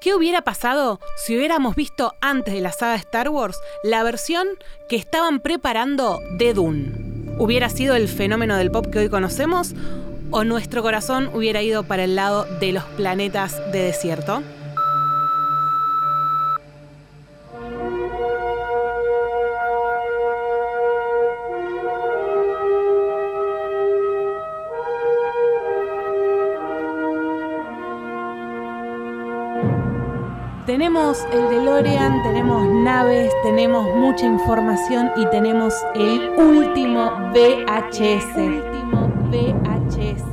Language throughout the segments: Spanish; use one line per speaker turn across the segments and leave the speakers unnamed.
¿Qué hubiera pasado si hubiéramos visto antes de la saga Star Wars la versión que estaban preparando de Dune? ¿Hubiera sido el fenómeno del pop que hoy conocemos o nuestro corazón hubiera ido para el lado de los planetas de desierto? Tenemos el DeLorean, tenemos naves, tenemos mucha información y tenemos el último VHS. último VHS.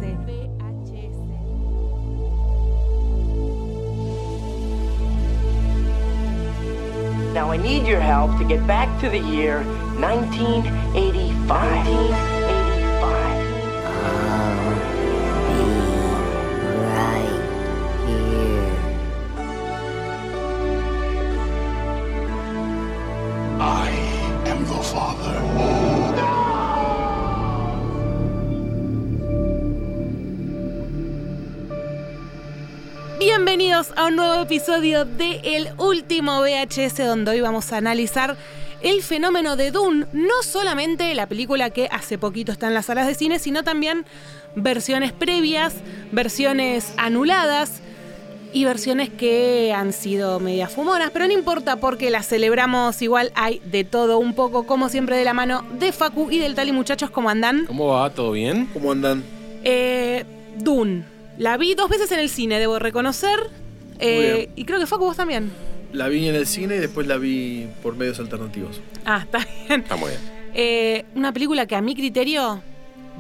Now I need your help to get back to the year 1985. 1985.
I am the father.
Bienvenidos a un nuevo episodio de El Último VHS, donde hoy vamos a analizar el fenómeno de Dune, no solamente la película que hace poquito está en las salas de cine, sino también versiones previas, versiones anuladas y versiones que han sido media fumonas, pero no importa porque las celebramos igual, hay de todo un poco, como siempre de la mano de Facu y del Tali. Muchachos, ¿cómo andan?
¿Cómo va? ¿Todo bien?
¿Cómo andan?
Eh, Dune. La vi dos veces en el cine, debo reconocer. Eh, y creo que Facu vos también.
La vi en el cine y después la vi por medios alternativos.
Ah, está bien.
Está muy bien.
Eh, una película que a mi criterio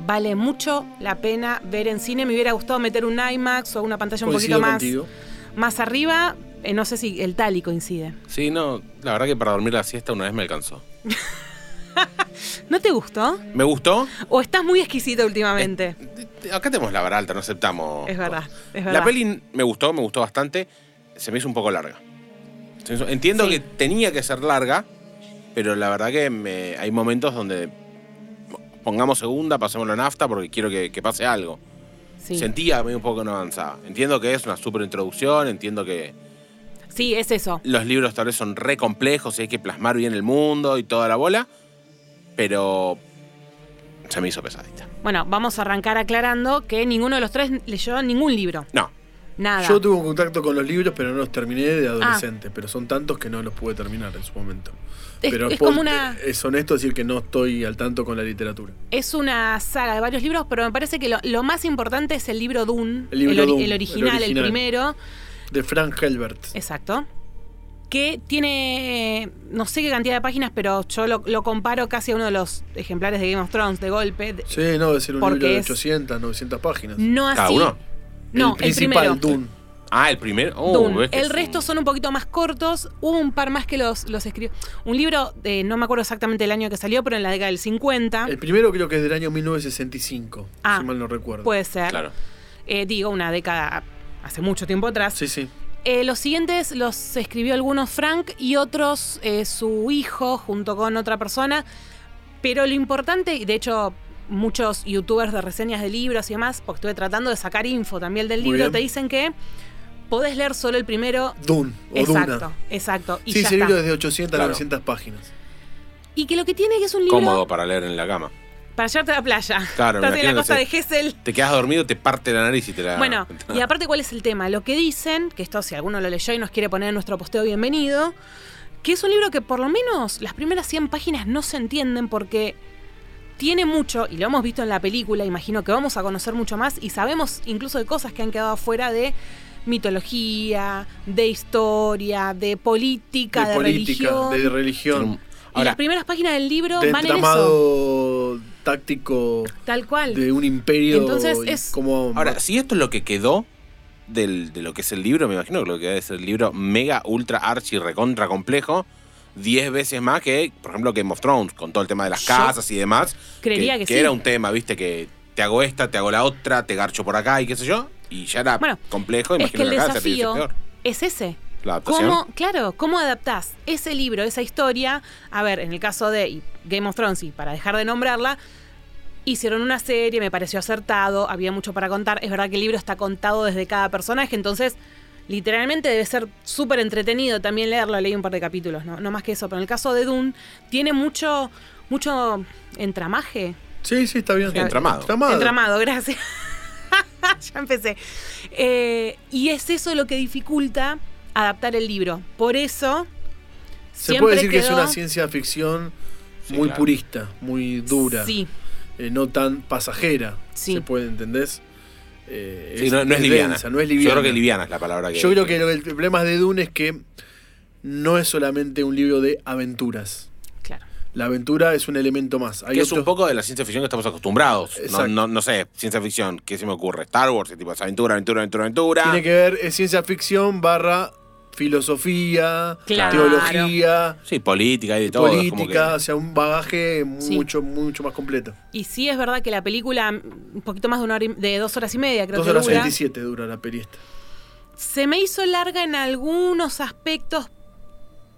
vale mucho la pena ver en cine. Me hubiera gustado meter un IMAX o una pantalla un
Coincido
poquito más,
contigo.
más arriba. Eh, no sé si el Tali coincide.
Sí, no, la verdad que para dormir la siesta una vez me alcanzó.
¿No te gustó?
¿Me gustó?
¿O estás muy exquisito últimamente?
Eh,
Acá tenemos la vara alta, no aceptamos.
Es verdad, es verdad.
La peli me gustó, me gustó bastante. Se me hizo un poco larga. Se me hizo- Entiendo
Sí.
que tenía que ser larga, pero la verdad que me- hay momentos donde pongamos segunda, pasémoslo en afta porque quiero que, que pase algo.
Sí.
Sentía medio un poco que no avanzaba. Entiendo que es una super introducción, entiendo que
sí, es eso.
los libros tal vez son re complejos y hay que plasmar bien el mundo y toda la bola, pero se me hizo pesadita.
Bueno, vamos a arrancar aclarando que ninguno de los tres leyó ningún libro.
No,
Nada. Ah.
Yo tuve un contacto con los libros, pero no los terminé de adolescente. Pero son tantos que no los pude terminar en su momento.
Es-
pero
es
puedo-
como una-
Es honesto decir que no estoy al tanto con la literatura.
Es una saga de varios libros, pero me parece que lo, lo más importante es el libro Dune,
El libro
ori-
Dune,
el
el
original, el
original.
primero.
De Frank Helbert.
Exacto. Que tiene, eh, no sé qué cantidad de páginas, pero yo lo, lo comparo casi a uno de los ejemplares de Game of Thrones de golpe. De-
Sí, no, debe ser un
Porque
libro de
es-
800, 900 páginas.
No así.
cada uno.
No,
el
el,
principal,
primero.
Dune.
Ah, el primero. Oh,
Dune.
es que
El
sí.
resto son un poquito más cortos. Hubo un par más que los, los escribió. Un libro, de, no me acuerdo exactamente el año que salió, pero en la década del 50.
El primero creo que es del año 1965,
Ah,
si mal no recuerdo.
Puede ser.
Claro.
Eh, digo, una década hace mucho tiempo atrás.
Sí, sí.
Eh, los siguientes los escribió algunos Frank y otros eh, su hijo junto con otra persona. Pero lo importante, y de hecho muchos youtubers de reseñas de libros y demás, porque estuve tratando de sacar info también del
Muy
libro,
bien.
te dicen que podés leer solo el primero.
Dune o
exacto,
Duna.
exacto. Y
sí,
ya
ese libro
está.
es de 800
Claro.
900 páginas.
Y que lo que tiene que es un libro
Cómodo para leer en la cama.
para llevarte a la playa.
Claro, me
Estás en la
imagino
costa
que
de
se-
Gessel.
Te quedas dormido, te parte la nariz y te la.
Bueno, y aparte, ¿cuál es el tema? Lo que dicen, que esto si alguno lo leyó y nos quiere poner en nuestro posteo, bienvenido, que es un libro que por lo menos las primeras 100 páginas no se entienden porque tiene mucho, y lo hemos visto en la película, imagino que vamos a conocer mucho más, y sabemos incluso de cosas que han quedado afuera de mitología, de historia, de política, de,
de política,
religión.
de religión.
Y las primeras páginas del libro
de
van en eso,
entramado táctico
tal cual.
de un imperio.
Entonces
y
es-
Como,
Ahora, si esto es lo que quedó del- de lo que es el libro, me imagino que lo que debe ser el libro mega, ultra, archi, recontra complejo, 10 veces más que, por ejemplo, Game of Thrones, con todo el tema de las
Yo
casas y demás.
creería que sí.
era un tema, viste, que te hago esta, te hago la otra, te garcho por acá y qué sé yo. Y ya era
Bueno,
complejo,
es que
imagino
el
que, acá se te hizo
desafío
peor.
es ese,
La adaptación.
¿Cómo, claro, cómo adaptás ese libro, esa historia? A ver, en el caso de y Game of Thrones, y para dejar de nombrarla, hicieron una serie, me pareció acertado, había mucho para contar. Es verdad que el libro está contado desde cada personaje, entonces Literalmente debe ser súper entretenido también leerlo, leí un par de capítulos, ¿no? no más que eso, pero en el caso de Dune tiene mucho, mucho entramaje,
Sí, sí, está bien.
Sí, entramado.
Entramado.
Entramado, gracias. ya empecé. Eh, y es eso lo que dificulta adaptar el libro. Por eso.
Se
siempre
puede decir que es
quedó-
una ciencia ficción
Sí,
muy
claro.
purista, muy dura.
Sí,
eh, no tan pasajera.
Sí.
¿Se puede, entendés? Eh,
Sí, no, no es liviana.
densa, no es
Yo
liviana.
creo que liviana es la palabra que.
Yo creo que lo que el problema de Dune es que no es solamente un libro de aventuras.
claro.
La aventura es un elemento más. Hay
que es
otros-
un poco de la ciencia ficción que estamos acostumbrados. No,
Exacto.
no, no sé, ciencia ficción, ¿qué se me ocurre? Star Wars, que tipo es aventura, aventura, aventura, aventura.
Tiene que ver es ciencia ficción barra filosofía,
Claro.
teología,
Sí, política y de todo. es como que-
política, o sea, un bagaje
Sí.
mucho, mucho más completo.
Y sí es verdad que la película, un poquito más de, una hora y- de dos horas y media, creo
Dos
que
horas
dura,
27 dura la periesta.
se me hizo larga en algunos aspectos,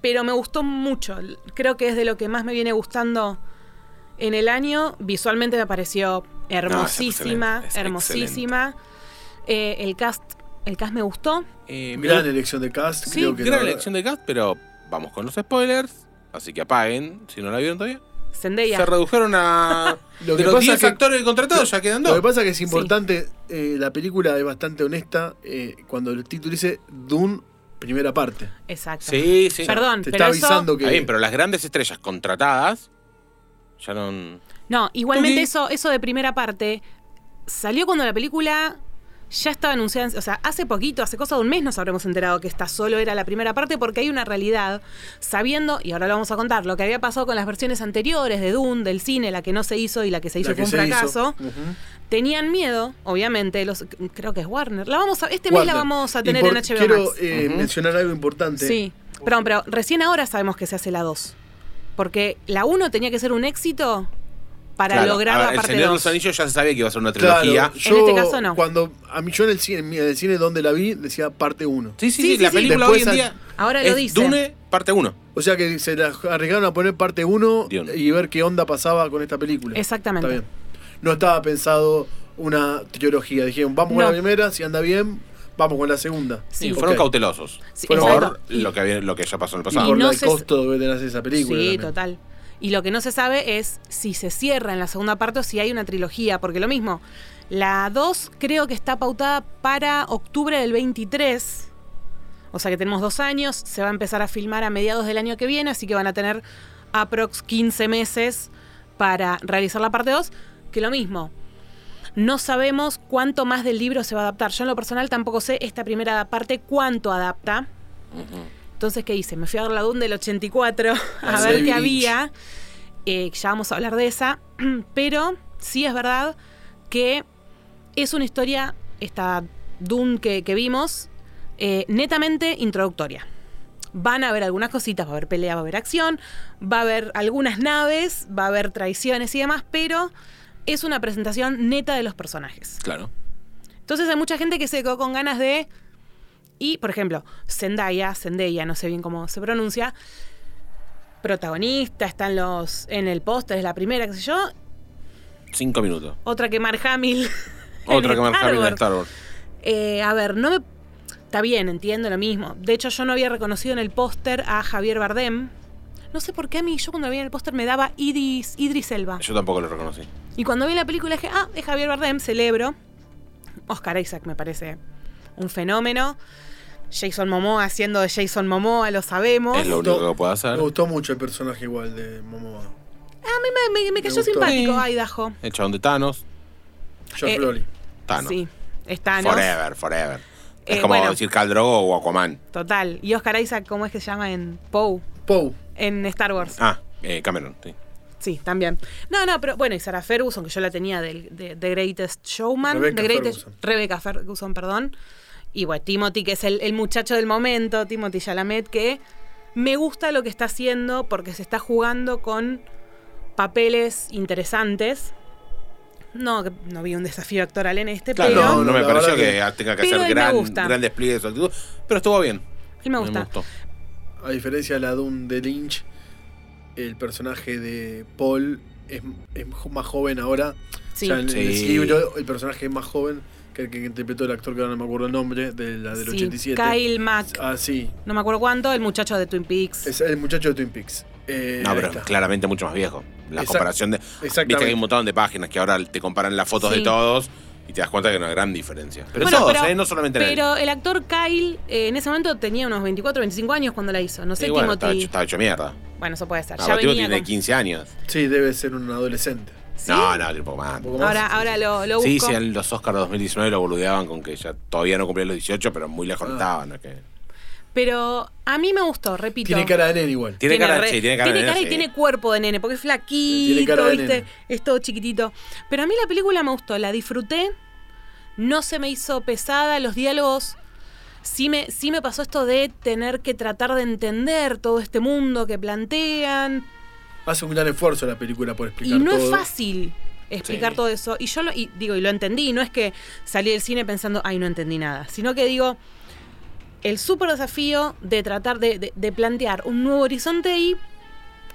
pero me gustó mucho. Creo que es de lo que más me viene gustando en el año. Visualmente me pareció hermosísima,
Ah, pues, excelente, es
hermosísima. Eh, el cast, el cast me gustó.
Eh,
Gran elección de cast,
Sí,
creo que
gran
la-
elección de cast, pero vamos con los spoilers. Así que apaguen, si no la vieron todavía.
Zendaya.
Se redujeron a.
Lo
de
que
los
pasa
10
que-
actores contratados, ya quedan
Lo que
dos.
pasa es que es importante, eh, la película es bastante honesta eh, cuando el título dice Dune, primera parte.
Exacto.
Sí, sí.
Perdón,
Te
pero
está
eso-
avisando que...
Está bien, pero las grandes estrellas contratadas ya no.
No, igualmente
Tuki.
eso, eso de primera parte salió cuando la película ya estaba anunciada. O sea, hace poquito, hace cosa de un mes nos habremos enterado que esta solo era la primera parte porque hay una realidad, sabiendo, y ahora lo vamos a contar, lo que había pasado con las versiones anteriores de Dune, del cine, la que no se hizo y la que se hizo
la
fue
que
un
se hizo.
fracaso.
Ujú.
Tenían miedo, obviamente, los creo que es Warner. La vamos a, este mes
Warner.
la vamos a tener
Impor-
en HBO
Quiero
Max.
eh,
Ujú.
mencionar algo importante.
Sí. Perdón, pero recién ahora sabemos que se hace la 2. Porque la 1 tenía que ser un éxito para
Claro,
lograr
a ver,
la
El
parte
Señor de
2.
los Anillos ya se sabía que iba a ser una
Claro,
trilogía.
yo
En este caso no.
Cuando a mí yo en el cine, en el cine donde la vi decía parte 1.
Sí,
Sí,
sí, sí,
sí,
la
sí.
película
Después
hoy en
al-
día.
Ahora lo
es
dice.
Dune, parte 1.
O sea que se la arriesgaron a poner parte 1
Dune.
y ver qué onda pasaba con esta película.
Exactamente.
Está bien. No estaba pensado una trilogía. Dijeron, vamos con
No.
la primera, si anda bien, vamos con la segunda.
Sí.
Y fueron
Ok.
cautelosos.
Sí,
por
exacto. Y-
lo que, había- lo que ya pasó en el
Y
pasado.
por
no
la- el
se-
costo que tenés esa película.
Sí,
también.
total. Y lo que no se sabe es si se cierra en la segunda parte o si hay una trilogía, porque lo mismo, la 2 creo que está pautada para octubre del 23, o sea que tenemos dos años, se va a empezar a filmar a mediados del año que viene, así que van a tener aprox 15 meses para realizar la parte 2, que lo mismo. No sabemos cuánto más del libro se va a adaptar. Yo en lo personal tampoco sé esta primera parte cuánto adapta. Entonces, ¿qué hice? Me fui a ver la Dune del 84 a ver
La David
qué
Lynch.
había. Eh, ya vamos a hablar de esa. Pero sí es verdad que es una historia, esta Dune que, que vimos, eh, netamente introductoria. Van a haber algunas cositas, va a haber pelea, va a haber acción, va a haber algunas naves, va a haber traiciones y demás, pero es una presentación neta de los personajes.
Claro.
Entonces hay mucha gente que se quedó con ganas de. Y, por ejemplo, Zendaya, Zendaya, no sé bien cómo se pronuncia, protagonista, está en, los, en el póster, es la primera, qué sé yo.
Cinco minutos.
Otra que Mark Hamill. en
Otra que
Star
marcaron en
Wars.
Star Wars.
Eh, a ver, no me. Está bien, entiendo lo mismo. De hecho, yo no había reconocido en el póster a Javier Bardem. No sé por qué a mí, yo cuando lo vi en el póster me daba Idris, Idris Elba.
Yo tampoco lo reconocí.
Y cuando vi la película dije, ah, es Javier Bardem, celebro. Oscar Isaac me parece un fenómeno. Jason Momoa haciendo de Jason Momoa, lo sabemos.
Es lo
gustó-
único que puedo
Me
hacer.
gustó mucho el personaje igual de Momoa.
Ah, Me, me- me cayó
gustó.
simpático
Sí.
Idaho.
El chabón de Thanos.
Geoff
Eh,
Brolin.
Thanos.
Sí, es Thanos.
Forever, forever.
Eh,
es como
bueno.
decir Caldrogo o Aquaman.
Total. Y Oscar Isaac, ¿cómo es que se llama en Poe?
Poe.
En Star Wars.
Ah, eh, Cameron, sí.
Sí, también. No, no, pero bueno, y Sarah Ferguson, que yo la tenía del- de The Greatest Showman.
Rebecca
The Greatest-
Ferguson.
Rebecca Ferguson, perdón. Y bueno, Timothy, que es el, el muchacho del momento, Timothy Chalamet, que me gusta lo que está haciendo porque se está jugando con papeles interesantes. No, no vi un desafío actoral en este,
Claro,
pero
no, no me
la
pareció que,
verdad
tenga que
pero
hacer
me
gran,
gusta.
gran despliegue de su actitud. Pero estuvo bien.
él me gusta.
gustó.
A diferencia de la Dune de Lynch, el personaje de Paul es, es jo- más joven ahora.
Sí.
O sea, en, en
Sí.
el libro el personaje es más joven que, que interpretó el actor que ahora no me acuerdo el nombre, de la del
Sí,
87.
Kyle Mack.
Ah, sí.
No me acuerdo cuánto, el muchacho de Twin Peaks.
Es el muchacho de Twin Peaks. Eh,
No,
ahí
pero
está.
claramente mucho más viejo. La
Exact-
comparación de. Viste que hay
exactamente.
un montón de páginas que ahora te comparan las fotos
Sí.
de todos y te das cuenta que hay una gran diferencia. Pero en
Bueno,
todos,
pero-
¿eh? No solamente en él.
Pero el actor Kyle eh, en ese momento tenía unos 24, 25 años cuando la hizo. No sé,
Y bueno, estaba
Timothy.
hecho, estaba hecho mierda.
Bueno, eso puede ser.
No,
ya
Bativo
venía
tiene
con-
15 años.
Sí, debe ser un adolescente.
¿Sí?
No, no, tiene un poco más.
Un poco más.
Ahora, ahora lo, lo busco.
Sí, sí, en los Oscars 2019 lo boludeaban con que ya todavía no cumplía los 18, pero muy lejos
Ah.
estaban. ¿no? Que-
Pero a mí me gustó, repito.
Tiene cara de nene igual.
Tiene, cara,
re-
sí, tiene cara de nene,
y
sí.
tiene cuerpo de nene, porque es
Tiene
flaquito,
cara de
¿viste?
nene.
Es todo chiquitito. Pero a mí la película me gustó, la disfruté, no se me hizo pesada, los diálogos. Sí me, sí me pasó esto de tener que tratar de entender todo este mundo que plantean.
Hace un gran esfuerzo la película
Y
por explicar
no
todo.
es fácil explicar
Sí.
todo eso. Y yo lo, y digo, y lo entendí, no es que salí del cine pensando, ay, no entendí nada. Sino que digo, el súper desafío de tratar de, de- de plantear un nuevo horizonte y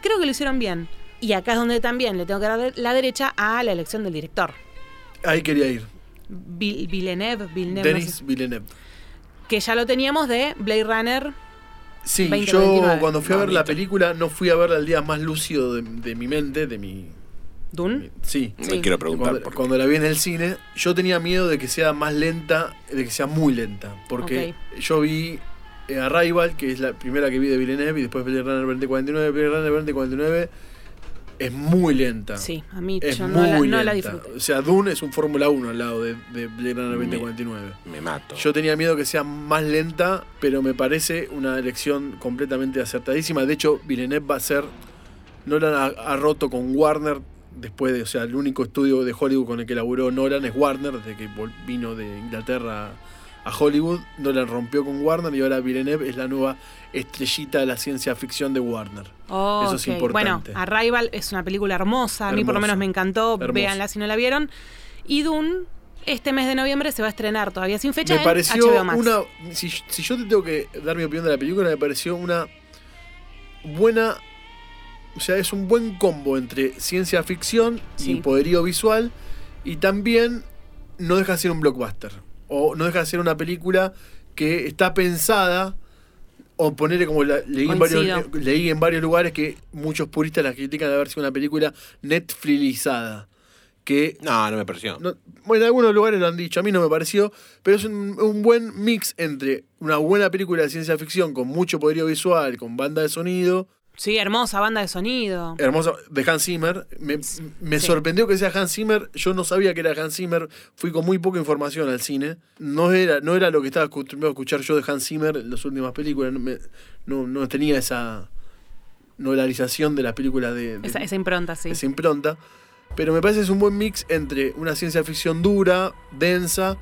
creo que lo hicieron bien. Y acá es donde también le tengo que dar la derecha a la elección del director.
Ahí quería ir.
Vil- Villeneuve, Villeneuve, no
Denis
sé,
Villeneuve.
que ya lo teníamos de Blade Runner.
Sí,
20,
yo
29.
cuando fui a ver la
Mamita.
película, no fui a verla el día más lúcido de, de mi mente, de mi.
Dune.
Sí.
No
Sí.
quiero preguntar.
Cuando,
por qué.
cuando la vi en el cine, yo tenía miedo de que sea más lenta, de que sea muy lenta. Porque yo vi eh, Arrival, que es la primera que vi de Villeneuve, y después Blade Runner 2049. Blade Runner 2049 es muy lenta.
Sí, a mí
Es
yo
muy
no la,
lenta.
no la disfruté.
O sea, Dune es un Fórmula 1 al lado de, de Blade Runner 2049.
Me mato.
Yo tenía miedo que sea más lenta, pero me parece una elección completamente acertadísima. De hecho, Villeneuve va a ser. Nolan ha, ha roto con Warner después de. O sea, el único estudio de Hollywood con el que laburó Nolan es Warner, desde que vol- vino de Inglaterra a Hollywood. Nolan rompió con Warner y ahora Villeneuve es la nueva estrellita de la ciencia ficción de Warner.
Oh,
Eso es
ok.
importante.
Bueno, Arrival es una película hermosa, a mí por lo
Hermosa.
menos me encantó,
Hermosa.
véanla si no la vieron. Y Dune, este mes de noviembre se va a estrenar todavía sin fecha
Me
en
pareció
HBO Max.
una. Si, si yo te tengo que dar mi opinión de la película, me pareció una buena. O sea, es un buen combo entre ciencia ficción
Sí.
y poderío visual. Y también no deja de ser un blockbuster. O no deja de ser una película que está pensada. O ponerle como la- leí, en varios,
Coincido.
eh, leí en varios lugares que muchos puristas la critican de haber sido una película netflixizada. Que
No, no me pareció.
no- bueno, en algunos lugares lo han dicho, a mí no me pareció, pero es un, un buen mix entre una buena película de ciencia ficción con mucho poderío visual, con banda de sonido,
Sí, hermosa banda de sonido.
hermosa, de Hans Zimmer. Me, me
Sí.
sorprendió que sea Hans Zimmer, yo no sabía que era Hans Zimmer, fui con muy poca información al cine, no era, no era lo que estaba acostumbrado a escuchar yo de Hans Zimmer en las últimas películas, no, me- no- no tenía esa novelización de las películas de, de-
Esa, esa impronta, sí.
esa impronta. Pero me parece que es un buen mix entre una ciencia ficción dura, densa,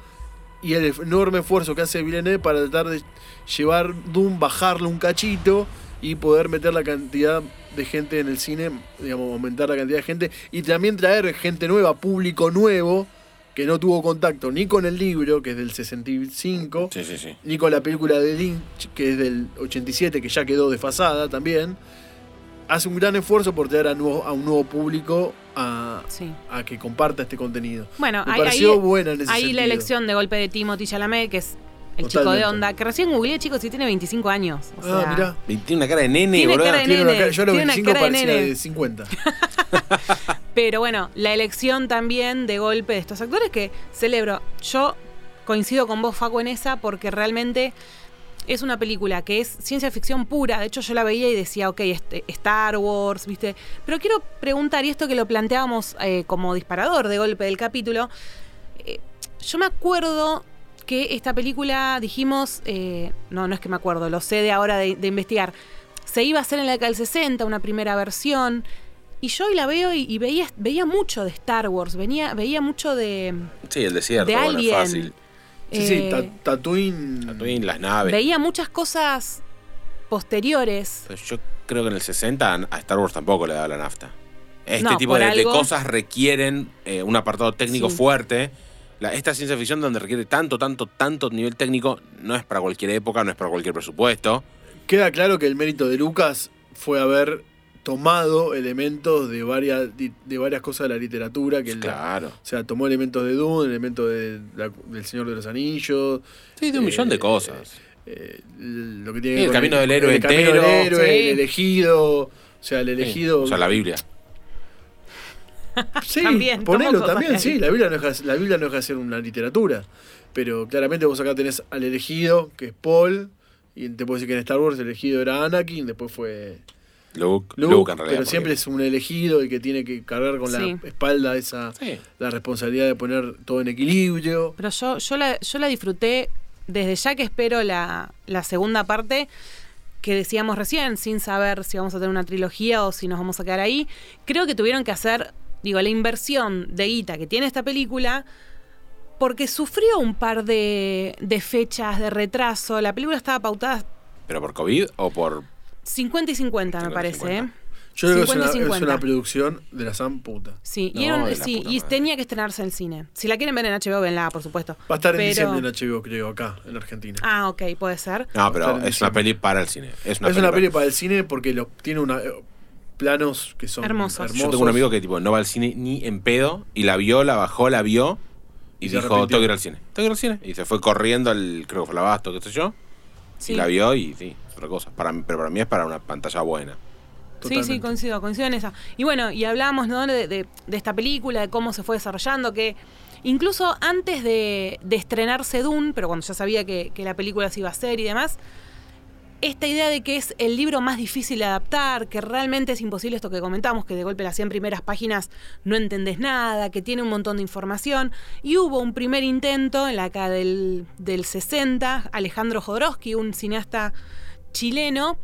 y el enorme esfuerzo que hace Villeneuve para tratar de llevar Doom, bajarlo un cachito y poder meter la cantidad de gente en el cine, digamos, aumentar la cantidad de gente y también traer gente nueva, público nuevo, que no tuvo contacto ni con el libro, que es del 65,
Sí, sí, sí.
ni con la película de Lynch, que es del 87, que ya quedó desfasada también, hace un gran esfuerzo por traer a, nuevo- a un nuevo público a,
Sí.
a que comparta este contenido.
Bueno,
Me
ahí,
pareció
ahí-
buena en ese
ahí
sentido.
la elección de golpe de Timothy Chalamet, que es el chico de
Totalmente.
onda, que recién googleé, chicos, y tiene 25 años. O sea,
ah, mirá.
Y Tiene una cara de nene,
Tiene
boludo.
cara de
Tiene una
nene,
cara- yo a los
tiene una
25
cara de
parecía
nene.
de 50.
Pero bueno, la elección también de golpe de estos actores que celebro. Yo coincido con vos, Facu, en esa, porque realmente es una película que es ciencia ficción pura. De hecho, yo la veía y decía, ok, este, Star Wars, ¿viste? Pero quiero preguntar, y esto que lo planteábamos eh, como disparador de golpe del capítulo, eh, yo me acuerdo que esta película dijimos, eh, no, no es que me acuerdo, lo sé de ahora de, de investigar, se iba a hacer en la década del 60, una primera versión, y yo hoy la veo y, y veía, veía mucho de Star Wars, venía, veía mucho de...
Sí, el desierto.
De
bueno,
Alien.
fácil.
Sí, sí,
eh,
ta- Tatooine.
Tatooine, las naves.
veía muchas cosas posteriores.
Pero Yo creo que en el 60 a Star Wars tampoco le daba la nafta. Este
No,
tipo
por
de, de
algo-
cosas requieren eh, un apartado técnico
Sí.
fuerte. La- esta ciencia ficción donde requiere tanto, tanto, tanto nivel técnico, no es para cualquier época, no es para cualquier presupuesto.
Queda claro que el mérito de Lucas fue haber tomado elementos de varias, di- de varias cosas de la literatura. Que la-
Pues Claro.
o sea, tomó elementos de Dune, elementos de la- del Señor de los Anillos.
Sí, de un
eh,
millón de cosas.
eh, lo que tiene
Sí, el
con
camino del héroe
el camino
entero.
del héroe,
Sí.
el elegido. O sea, el
Sí.
elegido.
O sea, la Biblia.
Sí,
También,
ponelo
tomó cosas
también,
de ahí.
sí. La Biblia, no deja, la Biblia no deja de ser una literatura. Pero claramente vos acá tenés al elegido, que es Paul. Y te puedo decir que en Star Wars el elegido era Anakin, después fue
Luke,
Luke.
Luke, en realidad.
pero
porque-
siempre es un elegido el que tiene que cargar con
Sí.
la espalda esa
Sí.
la responsabilidad de poner todo en equilibrio.
Pero yo, yo, la, yo la disfruté desde ya que espero la, la segunda parte que decíamos recién, sin saber si vamos a tener una trilogía o si nos vamos a quedar ahí. Creo que tuvieron que hacer, digo, la inversión de guita que tiene esta película. Porque sufrió un par de, de fechas de retraso. La película estaba pautada
¿Pero por COVID o por.?
50 y 50, me
50,
parece. ¿eh?
Yo creo que es
50 y
una, es
50.
una producción de la san puta.
Sí, y,
No,
era un-
de la
sí,
puta
y
madre.
tenía que estrenarse en cine. Si la quieren ver en HBO, venla, por supuesto.
Va a estar en
Pero-
diciembre en HBO, creo, acá, en Argentina.
Ah, ok, puede ser.
No,
Estar
pero
en
es una
diciembre.
peli para el cine. Es una
es
peli
una
para-
peli para el cine porque lo, tiene una, eh, planos que son
Hermosos.
hermosos.
Yo
Yo tengo un amigo que tipo no va al cine ni en pedo y la vio, la bajó, la vio y,
Y se
dijo,
arrepintió.
tengo que ir al cine. Tengo que ir al cine. Y se fue corriendo al, creo que fue al abasto, qué sé yo.
Sí.
Y la vio y sí, es otra cosa. Para, mí- pero para mí es para una pantalla buena.
Sí, sí,
Totalmente.
coincido, coincido en esa. Y bueno, y hablábamos ¿no? de, de- de esta película, de cómo se fue desarrollando, que incluso antes de, de estrenarse Dune, pero cuando ya sabía que, que la película se iba a hacer y demás, esta idea de que es el libro más difícil de adaptar, que realmente es imposible esto que comentamos, que de golpe las 100 primeras páginas no entendés nada, que tiene un montón de información. Y hubo un primer intento en la década del, del 60, Alejandro Jodorowsky, un cineasta chileno,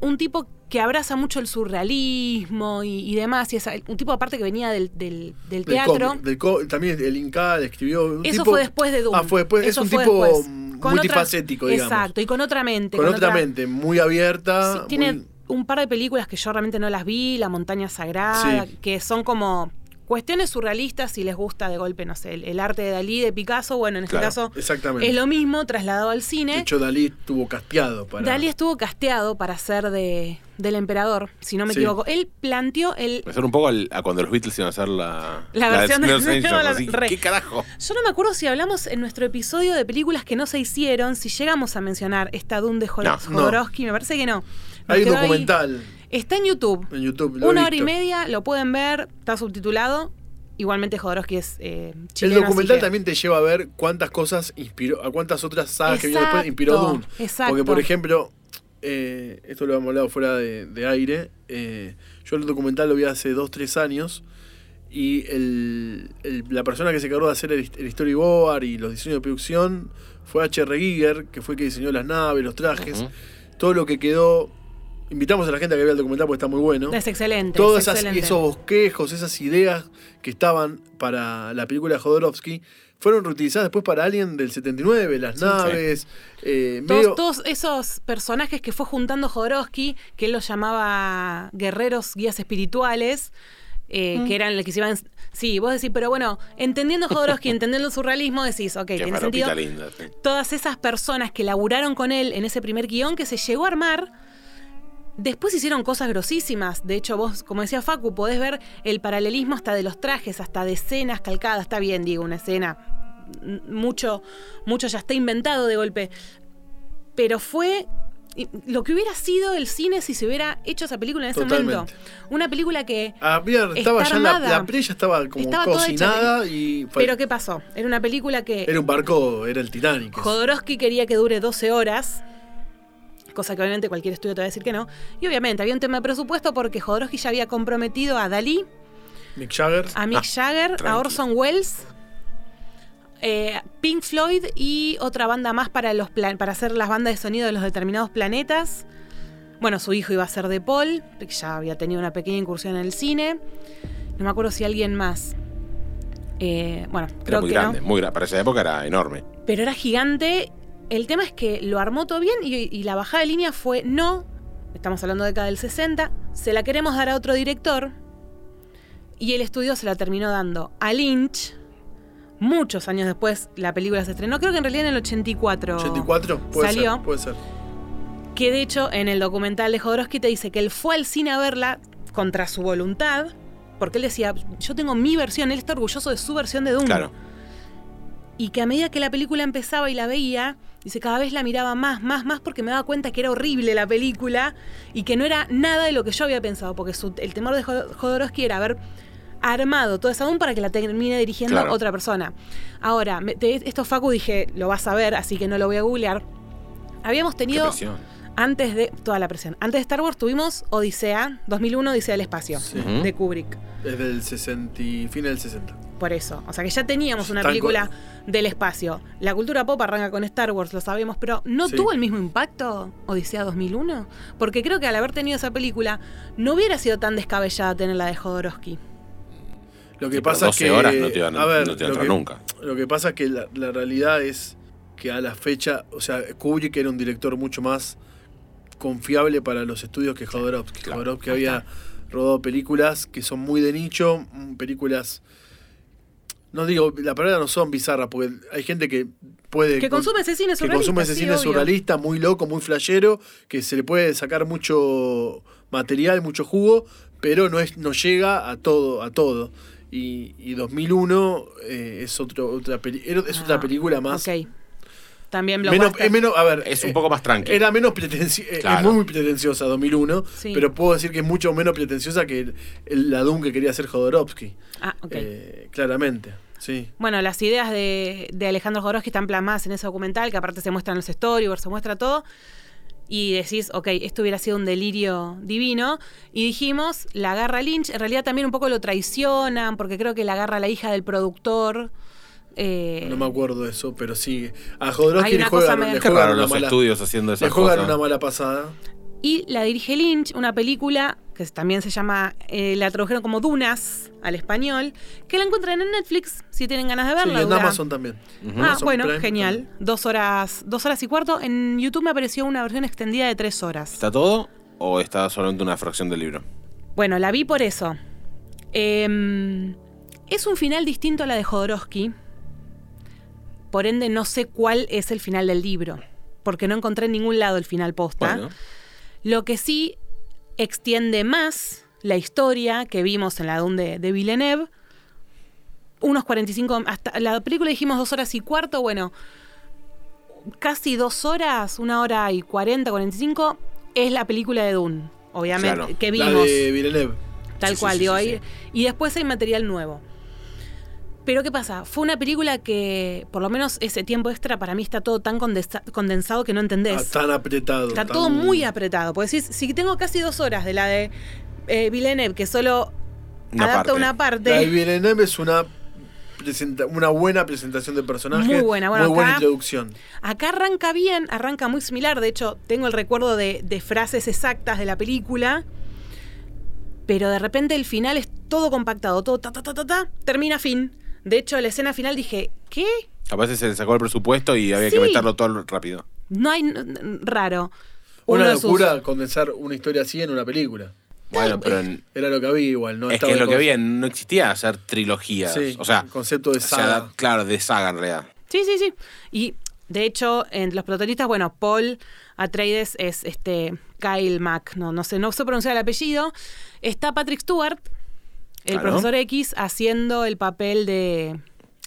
un tipo que abraza mucho el surrealismo y, y demás, y es un tipo aparte que venía del, del- del
Del
teatro.
cómic, del co- también el Inca le escribió. un
Eso
tipo-
fue después de Dune.
Ah, fue después.
Eso
es un
fue
tipo
después.
mm,
Con otra-
multifacético, digamos.
Exacto, y con otra mente.
Con otra mente, muy abierta.
Sí, tiene
muy-
un par de películas que yo realmente no las vi, La montaña sagrada,
Sí.
que son como cuestiones surrealistas si les gusta de golpe, no sé, el, el arte de Dalí, de Picasso, bueno, en este
Claro,
caso
Exactamente.
es lo mismo trasladado al cine.
De hecho, Dalí estuvo casteado para.
Dalí estuvo casteado para ser de, del emperador, si no me
Sí.
equivoco. Él planteó el...
Me suena un poco al- a cuando los Beatles iban a hacer la,
La versión de-
Los Angels,
no, la-
así,
re.
¿Qué carajo?
Yo no me acuerdo si hablamos en nuestro episodio de películas que no se hicieron, si llegamos a mencionar esta Dune de Jod-
No.
Jodorowsky, me parece que no. Nos
Hay un
quedó ahí.
documental
Está en YouTube.
en YouTube. lo he
Una hora y
visto.
media, lo pueden ver, está subtitulado. Igualmente Jodorowsky es eh, chileno.
El documental
así que-
también te lleva a ver cuántas cosas inspiró, a cuántas otras sagas que vino después inspiró
Exacto,
Dune.
exacto.
Porque, por ejemplo, eh, esto lo hemos hablado fuera de, de aire. eh, yo el documental lo vi hace dos, tres años. Y el- el- la persona que se encargó de hacer el, el storyboard y los diseños de producción fue H.R. Giger, que fue el que diseñó las naves, los trajes,
Ujú.
todo lo que quedó. Invitamos a la gente a que vea el documental porque está muy bueno.
Es excelente.
Todos
es
esas-
excelente.
esos bosquejos, esas ideas que estaban para la película de Jodorowsky fueron reutilizadas después para Alien del 79, las naves, eh,
Todos,
medio-
todos esos personajes que fue juntando Jodorowsky, que él los llamaba guerreros, guías espirituales, eh, que eran los que se iban. Sí, vos decís, pero bueno, entendiendo Jodorowsky, entendiendo el surrealismo, decís, ok,
Qué
tiene sentido.
faropita linda. sí.
Todas esas personas que laburaron con él en ese primer guión que se llegó a armar. Después hicieron cosas grosísimas. De hecho, vos, como decía Facu, podés ver el paralelismo hasta de los trajes, hasta de escenas calcadas. Está bien, digo, una escena. m- Mucho, mucho ya está inventado de golpe. Pero fue y- lo que hubiera sido el cine si se hubiera hecho esa película en ese
Totalmente.
momento. Una película que.
Había- estaba
Está
ya la,
armada.
la pre ya estaba como
Estaba toda hecha,
cocinada y fue-
Pero ¿qué pasó? Era una película que.
Ah, era un barco, era el Titanic.
Jodorowsky quería que dure 12 horas, cosa que obviamente cualquier estudio te va a decir que no. Y obviamente había un tema de presupuesto porque Jodorowsky ya había comprometido a Dalí,
Mick Jagger.
a Mick Jagger, a
Ah, tranqui.
Orson Welles, eh, Pink Floyd y otra banda más para, los plan- para hacer las bandas de sonido de los determinados planetas. Bueno, su hijo iba a ser de Paul, que ya había tenido una pequeña incursión en el cine. No me acuerdo si alguien más. Eh, bueno,
Era
creo
muy
que
grande,
no.
muy grande. Para esa época era enorme.
Pero era gigante. El tema es que lo armó todo bien y, y la bajada de línea fue no. Estamos hablando de acá del 60. Se la queremos dar a otro director. Y el estudio se la terminó dando a Lynch. Muchos años después la película se estrenó. Creo que en realidad en el 84.
84, puede
Salió.
ser, puede ser.
que de hecho en el documental de Jodorowsky te dice que él fue al cine a verla contra su voluntad, porque él decía, yo tengo mi versión, él está orgulloso de su versión de Dumbo.
Claro.
Y que a medida que la película empezaba y la veía, dice, cada vez la miraba más, más, más, porque me daba cuenta que era horrible la película y que no era nada de lo que yo había pensado, porque su- el temor de Jod- Jodorowsky era haber armado toda esa boom para que la termine dirigiendo
Claro.
otra persona. Ahora, me- de esto Facu dije, lo vas a ver, así que no lo voy a googlear. Habíamos
Qué
tenido
presión.
antes de toda la presión. Antes de Star Wars tuvimos Odisea, 2001 Odisea del espacio
Sí.
Ujú.
de Kubrick.
Es del 60 y fin del 60.
Por eso, o sea que ya teníamos una
Tan
película del espacio. La cultura pop arranca con Star Wars, lo sabemos, pero ¿no
Sí.
tuvo el mismo impacto Odisea 2001? Porque creo que al haber tenido esa película no hubiera sido tan descabellada tener la de Jodorowsky.
Lo
Sí, pero
que pasa es
12
que.
horas no te iban a-
a ver,
no te iban a
lo
entrar
que-
nunca.
Lo que pasa es que la, la realidad es que a la fecha, o sea, Kubrick era un director mucho más confiable para los estudios que Jodorowsky.
Claro.
Jodorowsky había rodado películas que son muy de nicho, mm, películas. No digo, la palabra no son bizarras, porque hay gente que puede.
Que
con-
consume ese cine
que
surrealista.
consume ese
sí,
cine
obvio.
surrealista muy loco, muy flashero, que se le puede sacar mucho material, mucho jugo, pero no es no llega a todo, a todo. Y, y 2001 eh, es otro, otra peli- era- es otra
Ah,
película más
Ok. También
menos,
blockbuster.
es menos, a ver,
Es
eh,
un poco más tranquilo.
era menos pretenci- eh,
Claro.
es muy pretenciosa 2001,
Sí.
pero puedo decir que es mucho menos pretenciosa que el- el- la Doom que quería hacer Jodorowsky.
Ah, ok.
Eh, claramente, sí.
Bueno, las ideas de, de Alejandro Jodorowsky están plasmadas en ese documental, que aparte se muestran los storyboards, se muestra todo. Y decís, ok, esto hubiera sido un delirio divino. Y dijimos, la agarra Lynch. En realidad también un poco lo traicionan, porque creo que la agarra la hija del productor. Eh,
No me acuerdo de eso, pero sí. A
Hay
Jodorowsky le
una cosa
juegan,
medio-
le
Qué
juegan
raro
una
los
mala-
estudios haciendo esas
Le juegan
cosas.
una mala pasada.
Y la dirige Lynch, una película que también se llama, eh, la tradujeron como Dunas al español, que la encuentran en Netflix si tienen ganas de
Sí,
verla.
en
dura-
Amazon también.
Ujú.
Ah,
Amazon
bueno,
Prime
genial. Dos horas, dos horas y cuarto. En YouTube me apareció una versión extendida de tres horas.
¿Está todo o está solamente una fracción del libro?
Ah, Bueno, la vi por eso. Em, es un final distinto a la de Jodorowsky. Por ende, no sé cuál es el final del libro. Porque no encontré en ningún lado el final posta.
Bueno,
Lo que sí extiende más la historia que vimos en la Dune de, de Villeneuve. Unos 45. Hasta la película dijimos dos horas y cuarto. Bueno, casi dos horas, una hora y 40, 45. Es la película de Dune, obviamente,
Claro.
que
La
vimos.
de Villeneuve. Ah,
Tal
Sí, sí,
cual,
sí,
digo,
sí,
ahí- Y después hay material nuevo. Pero ¿qué pasa? Fue una película que, por lo menos ese tiempo extra, para mí está todo tan condensa- condensado que no entendés.
Ah, tan apretado.
Está
tan-
todo muy apretado. Porque decís, si tengo casi dos horas de la de eh, Villeneuve, que solo
Una
adapta
parte.
una parte.
La de Villeneuve es una, presenta- una buena presentación de personaje.
Muy buena, bueno,
Muy buena
acá-
introducción.
Acá arranca bien, arranca muy similar. De hecho, tengo el recuerdo de, de frases exactas de la película. Pero de repente el final es todo compactado, todo ta ta ta ta ta, termina fin. De hecho, la escena final dije, ¿qué?
Capaz se le sacó el presupuesto y había que
Sí.
meterlo todo rápido.
No hay n- n- raro. Uno
Una
de sus-
locura condensar una historia así en una película.
Bueno, pero en-
Era lo que había igual, ¿no?
es que
estaba
es lo
el
que
con-
había, no existía hacer trilogías.
Sí,
o sea,
el concepto de
o sea,
saga.
da- claro, de saga en realidad.
Sí, sí, sí. Y de hecho, entre los protagonistas, bueno, Paul Atreides es este Kyle Mack, no, no sé, no sé pronunciar el apellido. Está Patrick Stewart, el
Claro.
profesor X, haciendo el papel de,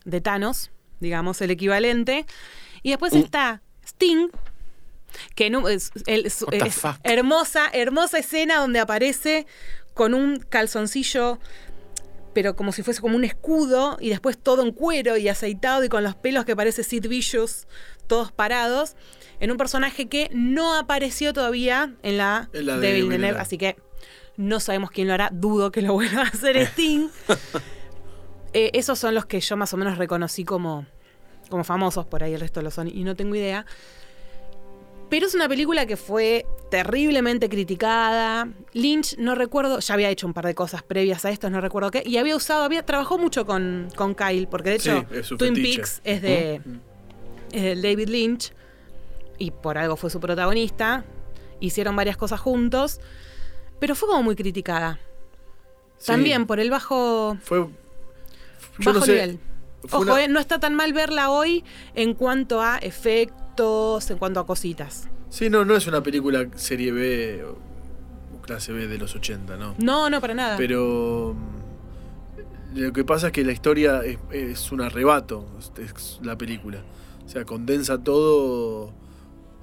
de Thanos, digamos, el equivalente. Y después
Mm.
está Sting, que en un- es, el- es-
What the
es
fuck?
hermosa, hermosa escena donde aparece con un calzoncillo pero como si fuese como un escudo y después todo en cuero y aceitado y con los pelos que parece Sid Vicious, todos parados, en un personaje que no apareció todavía en la,
En la
de
de
Villeneuve,
Villeneuve.
así que no sabemos quién lo hará, dudo que lo vuelva a hacer Sting. Eh, esos son los que yo más o menos reconocí como, como famosos, por ahí el resto lo son y no tengo idea. Pero es una película que fue terriblemente criticada. Lynch, no recuerdo, ya había hecho un par de cosas previas a esto, no recuerdo qué. Y había usado, había trabajó mucho con, con Kyle, porque de hecho
Sí, es su
Twin
fetiche.
Peaks es de, es del David Lynch y por algo fue su protagonista. Hicieron varias cosas juntos, pero fue como muy criticada.
Sí,
También por el bajo,
Fue. yo
bajo
no sé,
nivel.
fue
Ojo,
una-
eh, no está tan mal verla hoy en cuanto a efectos efectos, en cuanto a cositas.
Sí, no, no es una película serie B o clase B de los 80, ¿no?
No, no, para nada.
Pero mm, lo que pasa es que la historia es, es un arrebato, es, es la película. O sea, condensa todo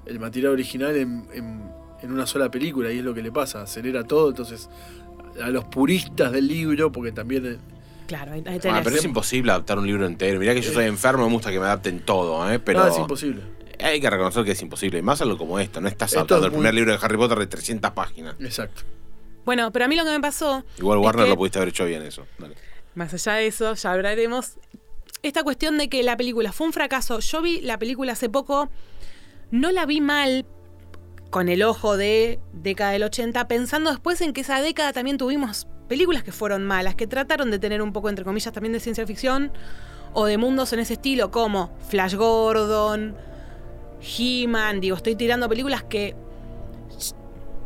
el material original en, en- en una sola película y es lo que le pasa, acelera todo, entonces a los puristas del libro, porque también eh,
claro, ahí, ahí
Ah,
tenés.
pero es imposible adaptar un libro entero. Mirá que yo soy enfermo, me gusta que me adapten todo, ¿eh? Pero
nada es imposible.
hay que reconocer que es imposible. Y más algo como esto. No estás
Esto
adaptando el
es muy-
primer libro de Harry Potter de 300 páginas.
Exacto.
Bueno, pero a mí lo que me pasó,
Igual
Es
Warner
que-
lo pudiste haber hecho bien eso. Dale.
más allá de eso, ya hablaremos, esta cuestión de que la película fue un fracaso. Yo vi la película hace poco, no la vi mal con el ojo de década del 80, pensando después en que esa década también tuvimos películas que fueron malas, que trataron de tener un poco, entre comillas, también de ciencia ficción o de mundos en ese estilo, como Flash Gordon, He-Man, digo, estoy tirando películas que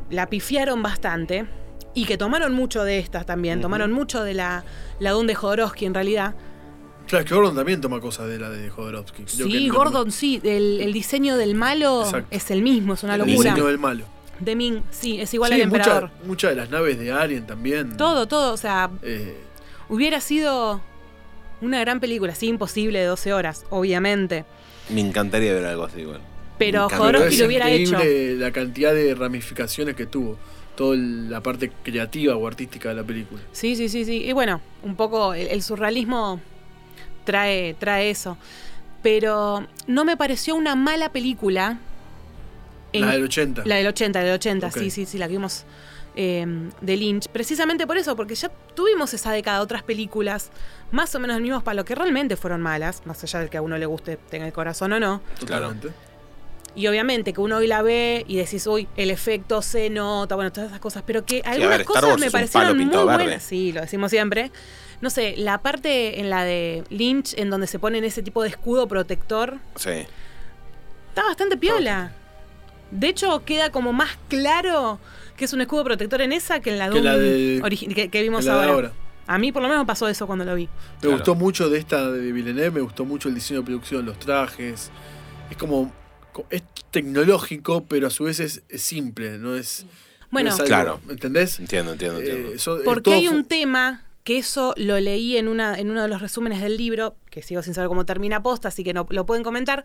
la pifiaron bastante y que tomaron mucho de estas también, tomaron mucho de la, la Dune de Jodorowsky en realidad.
Claro, es que Gordon también toma cosas de la de Jodorowsky. Creo que
sí,
el-
Gordon, sí, el, el diseño del malo
Exacto.
es el mismo, es una
el
locura.
diseño del malo.
De Ming, sí, es igual
Sí,
al emperador.
mucha- muchas de las naves de Alien también.
Todo, todo, o sea,
eh,
hubiera sido una gran película, sí, imposible de 12 horas, obviamente.
Me encantaría ver algo así igual.
Pero
Me
Pero
Jodorowsky
es
lo hubiera hecho.
increíble la cantidad de ramificaciones que tuvo. Toda el- la parte creativa o artística de la película.
Sí, sí, sí, sí. Y bueno, un poco el, el surrealismo trae, trae eso. Pero no me pareció una mala película. En-
la del 80.
la del 80, la del 80,
Ok.
sí, sí, sí, la que vimos eh, de Lynch. Precisamente por eso, porque ya tuvimos esa década, otras películas, más o menos del mismo palo, que realmente fueron malas, más allá de que a uno le guste, tenga el corazón o no.
totalmente.
Y obviamente que uno hoy la ve y decís, uy, el efecto se nota, bueno, todas esas cosas. Pero que
a
algunas
ver, Star
cosas
Wars
me
es un palo
parecieron muy
pintado verde.
buenas. Sí, lo decimos siempre. No sé, la parte en la de Lynch, en donde se ponen ese tipo de escudo protector,
Sí.
está bastante piola. De hecho, queda como más claro que es un escudo protector en esa que en la,
Que
de
la
un
de-
origi- que, que
En
vimos
la de
ahora.
ahora.
A mí por lo menos pasó eso cuando lo vi.
Me
Claro.
gustó mucho de esta de Villeneuve, me gustó mucho el diseño de producción, los trajes. Es como. co- Es tecnológico, pero a su vez es, es simple, no es.
Bueno,
no es algo-
Claro.
¿Entendés?
Entiendo, entiendo, entiendo.
Eh, so- eh,
Porque
todo
hay un
fu-
tema que eso lo leí en, una, en uno de los resúmenes del libro, que sigo sin saber cómo termina posta, así que no lo pueden comentar,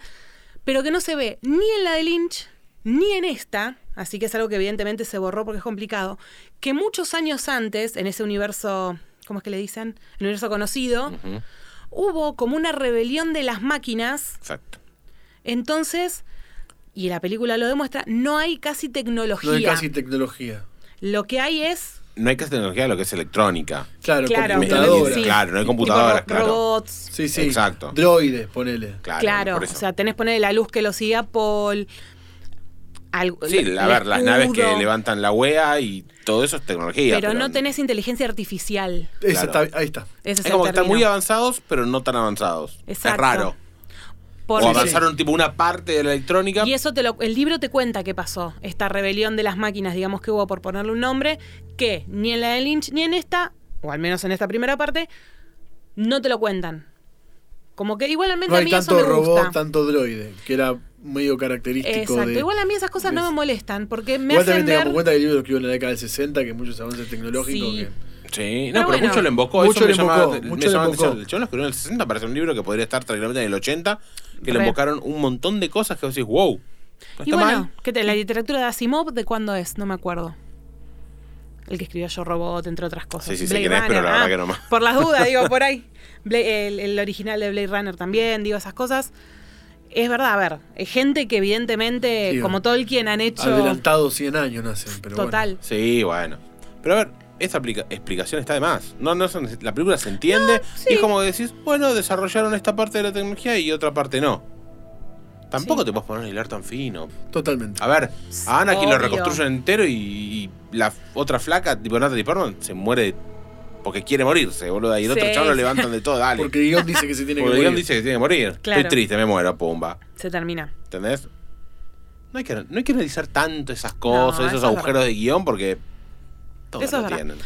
pero que no se ve ni en la de Lynch ni en esta, así que es algo que evidentemente se borró porque es complicado, que muchos años antes, en ese universo, ¿cómo es que le dicen? El universo conocido,
Ujú.
hubo como una rebelión de las máquinas
Exacto.
entonces, y la película lo demuestra, no hay casi tecnología.
No hay casi tecnología.
Lo que hay es
No hay casi tecnología de lo que es electrónica.
Claro,
Claro,
Me-
computadora.
sí.
Claro, no hay
tipo
computadoras,
ro-
claro.
robots.
Sí, sí.
Exacto.
Droides, ponele.
Claro,
Claro,
por
o
eso.
sea, tenés poner la luz que lo sigue a Paul. algo-
sí,
el-
a
el
ver, las naves que
escudo,
levantan la wea y todo eso es tecnología.
Pero no tenés inteligencia artificial.
Esa
Claro.
está- ahí está.
Ese es
Es como que
el
están
término.
muy avanzados, pero no tan avanzados. Es
Exacto.
raro.
Por-
o
Sí, avanzado.
avanzaron tipo una parte de la electrónica.
Y eso te lo, el libro te cuenta qué pasó, esta rebelión de las máquinas, digamos que hubo por ponerle un nombre, que ni en la de Lynch ni en esta, o al menos en esta primera parte, no te lo cuentan. Como que igualmente
No
a
hay
mí eso me
tanto robot,
gusta.
tanto droide, que era medio característico
Exacto,
de.
igual a mí esas cosas no me molestan, porque me
Igual
hacen
también tengamos
ver...
en cuenta que el libro lo escribió en la década del 60, que muchos avances tecnológicos
Sí.
que.
Sí,
Pero
no, pero,
bueno.
mucho le embocó.
Mucho
eso
le
me llamaba-
embocó,
me
mucho le
llamaba la atención.
embocó.
El chabón lo escribió en el 60, parece un libro que podría estar tranquilamente en el 80, que le
Re.
embocaron un montón de cosas que vos decís, wow. No
Y
está
bueno,
mal.
¿qué te- la literatura de Asimov, ¿de cuándo es? No me acuerdo. El que escribió Yo Robot, entre otras cosas.
Sí, sí, sé
Blade
quién es, pero la
Runner,
verdad
ah,
que no más.
Por las dudas, digo, por ahí. Bla- el, el original de Blade Runner también, digo, esas cosas. Es verdad, a ver, hay gente que evidentemente,
Sí,
como Tolkien, han hecho...
Adelantado 100 años nacen, pero
total.
bueno.
Sí, bueno. Pero a ver, esta aplica- explicación está de más. No, no son- la película se entiende y es como que decís, bueno, desarrollaron esta parte de la tecnología y otra parte no. Tampoco te puedes poner a hilar tan fino.
Totalmente.
A ver, a Anakin lo
Obvio.
reconstruyen entero y, y la f- otra flaca, tipo Natalie Portman, se muere porque quiere morirse, boludo. Y el otro
Sí.
chaval lo levantan de todo, dale.
Porque el guión dice que se tiene que
Porque el
morir.
guión dice que tiene que morir.
Claro.
Estoy triste, me muero, pumba.
Se termina.
¿Entendés? No hay que, no hay que analizar tanto esas cosas,
No, eso
esos
es
agujeros
verdad.
de guión, porque todos
Eso es
lo
verdad.
tienen.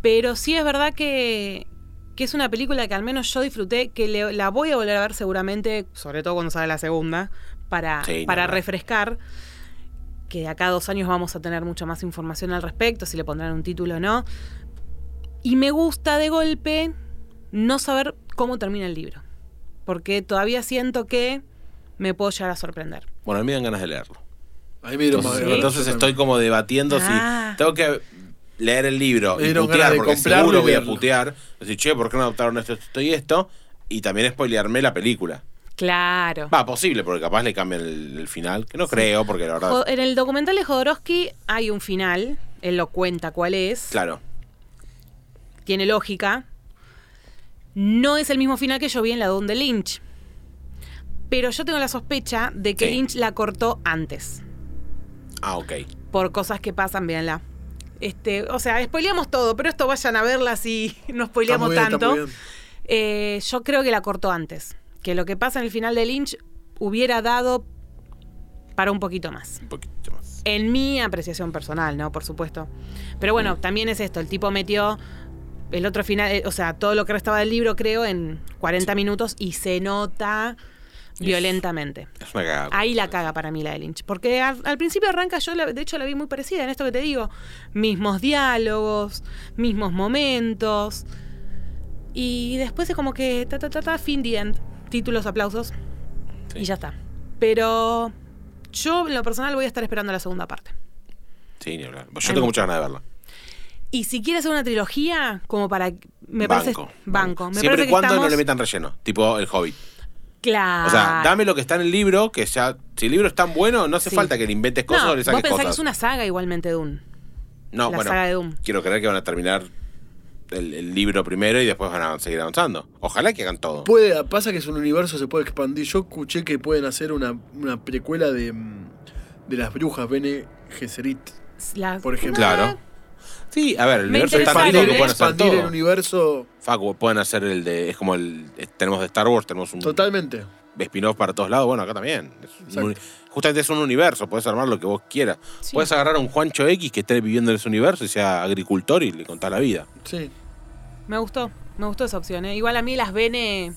Pero sí es verdad que, que es una película que al menos yo disfruté, que le- la voy a volver a ver seguramente, sobre todo cuando sale la segunda, para,
Sí, no,
para
no.
refrescar. Que de acá a dos años vamos a tener mucha más información al respecto, si le pondrán un título o no. Y me gusta de golpe no saber cómo termina el libro. Porque todavía siento que me puedo llegar a sorprender.
Bueno, a mí me dan ganas de leerlo.
Ahí me dieron más
Entonces,
ganas.
entonces estoy como debatiendo
Ah.
si tengo que leer el libro
Me
y
dieron ganas
putear,
de
porque
comprarlo
seguro
y
voy a
verlo.
putear. Decir, che, ¿por qué no adaptaron esto, esto y esto? Y también spoilearme la película.
Claro.
Va, posible, porque capaz le cambian el, el final. Que no creo, porque la verdad.
Jo- En el documental de Jodorowsky hay un final, él lo cuenta cuál es,
Claro.
tiene lógica. No es el mismo final que yo vi en la Dune de Lynch. Pero yo tengo la sospecha de que
Sí.
Lynch la cortó antes,
Ah, ok.
por cosas que pasan, véanla. Este, o sea, spoileamos todo, pero esto vayan a verla si no
Está
spoileamos
muy bien, está
tanto.
muy bien.
Eh, yo creo que la cortó antes. Que lo que pasa en el final de Lynch hubiera dado para un poquito más.
Un poquito más.
En mi apreciación personal, ¿no? Por supuesto. Pero bueno, también es esto, el tipo metió el otro final, eh, o sea, todo lo que restaba del libro, creo, en 40 minutos y se nota violentamente.
Es una cagada.
Ahí la caga para mí la de Lynch. Porque al, al principio arranca, yo la- de hecho la vi muy parecida en esto que te digo. Mismos diálogos, mismos momentos. Y después es como que ta ta ta ta, fin the end. Títulos, aplausos.
Sí.
Y ya está. Pero yo en lo personal voy a estar esperando la segunda parte.
Sí, ni hablar. Yo tengo muchas ganas de verla.
Y si quieres hacer una trilogía, como para. Me parece.
banco.
Banco. Me
Siempre
parece
y
que
cuando no
estamos-
le metan relleno. Tipo el hobbit.
Claro.
O sea, dame lo que está en el libro, que ya. Si el libro es tan bueno, no hace
Sí.
falta que le inventes cosas
No,
o le
vos
saques
pensás
cosas.
que es una saga igualmente, Dune.
No,
la
bueno,
saga de Doom.
quiero creer que van a terminar el, el libro primero y después van a seguir avanzando. Ojalá que hagan todo.
Puede, pasa que es un universo, se puede expandir. Yo escuché que pueden hacer una, una precuela de, mm, de las brujas, Bene Gesserit.
La-
Por ejemplo.
claro. Sí, a ver, el
Me
universo es
interesaron,
tan lindo que
¿eh?
pueden hacer
expandir el
todo.
universo
Facu, pueden hacer el de. Es como el. eh, Tenemos de Star Wars, tenemos un
totalmente.
spin-off para todos lados. Bueno, acá también. Es un
Exacto.
uni- justamente es un universo, puedes armar lo que vos quieras.
Sí.
Puedes agarrar a un Juancho X que esté viviendo en ese universo y sea agricultor y le contás la vida.
Sí.
Me gustó, me gustó esa opción. ¿eh? Igual a mí las Bene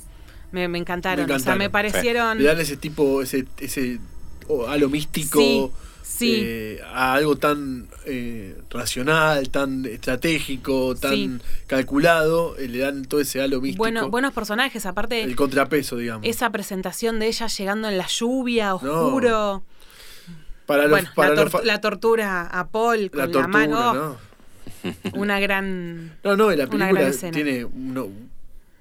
me, me encantaron.
Me encantaron,
O sea, me
sí.
parecieron.
Le dan ese tipo, ese, ese oh, halo místico
Sí, sí.
eh, a algo tan eh, racional, tan estratégico, tan
Sí.
calculado. eh, le dan todo ese halo místico.
bueno, buenos personajes. Aparte,
el contrapeso, digamos.
esa presentación de ella llegando en la lluvia, oscuro.
para los,
bueno,
para
la,
los
tor-
fa-
la tortura a Paul con
la
la,
tortura,
mano.
¿no?
Una gran.
No, no, y la
Una gran
película
escena.
tiene uno-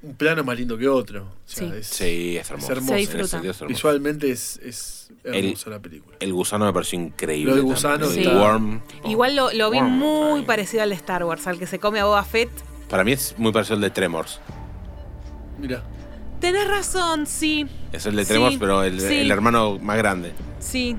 un plano más lindo que otro. O sea,
Sí.
es-
Sí, es hermoso.
Es hermoso. Se
En ese
disfruta.
sentido es hermoso.
visualmente es, es hermosa la película.
El gusano me pareció increíble.
Lo
también.
del gusano,
El
sí.
worm.
Igual lo, lo vi
Worm.
muy parecido al de Star Wars, al que se come a Boba Fett.
Para mí es muy parecido al de Tremors.
Mira,
Tenés razón, sí,
Es el de
Sí,
Tremors, pero el,
sí.
el hermano más grande.
sí,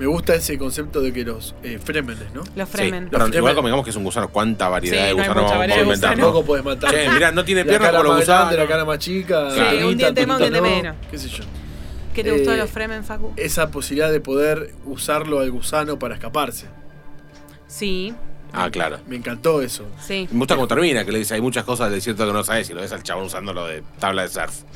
me gusta ese concepto de que los eh, Fremenes, ¿no?
los
Sí.
Fremen.
Pero
Los
igual
Fremen.
convengamos que es un gusano. ¿Cuánta variedad
Sí, no
de
hay
gusanos
mucha
vamos
variedad
a
de
inventar?
gusanos.
no?
Tampoco podés matar.
Che, mirá, no tiene
La
piernas
cara
como los
más grande, la
gusanos.
cara más chica.
Sí,
la
un
carita,
diente más, un diente
tutita, ¿no?
menos.
Qué sé yo.
¿Qué te gustó de
eh,
los Fremen, Facu?
Esa posibilidad de poder usarlo al gusano para escaparse.
Sí,
Ah, claro.
Me encantó eso.
sí.
Me gusta cómo termina, que le dice, hay muchas cosas del desierto que no sabes y lo ves al chabón usando lo de tabla de surf.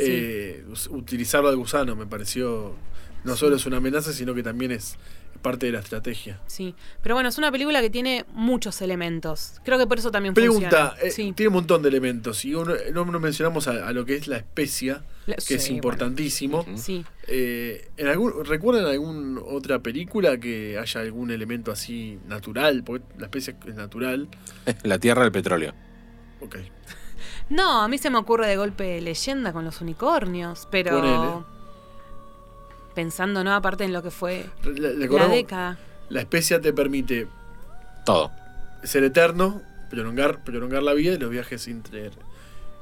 Sí.
Eh, us- utilizarlo al gusano me pareció. No solo es una amenaza, sino que también es parte de la estrategia.
Sí, pero bueno, es una película que tiene muchos elementos. Creo que por eso también
Pregunta,
funciona.
eh,
Sí.
tiene un montón de elementos y uno- no, no mencionamos a, a lo que es la especia,
La-
que
sí,
es
bueno.
importantísimo.
Sí.
Eh, ¿en algún, ¿Recuerdan alguna otra película que haya algún elemento así natural? Porque la especia es natural.
La tierra del petróleo.
Ok.
No, a mí se me ocurre de golpe leyenda con los unicornios, pero
Ponele.
pensando no aparte en lo que fue
Re- le- le
la
acordamos-
década.
la especia te permite
Todo.
ser eterno, prolongar, prolongar la vida y los viajes inter-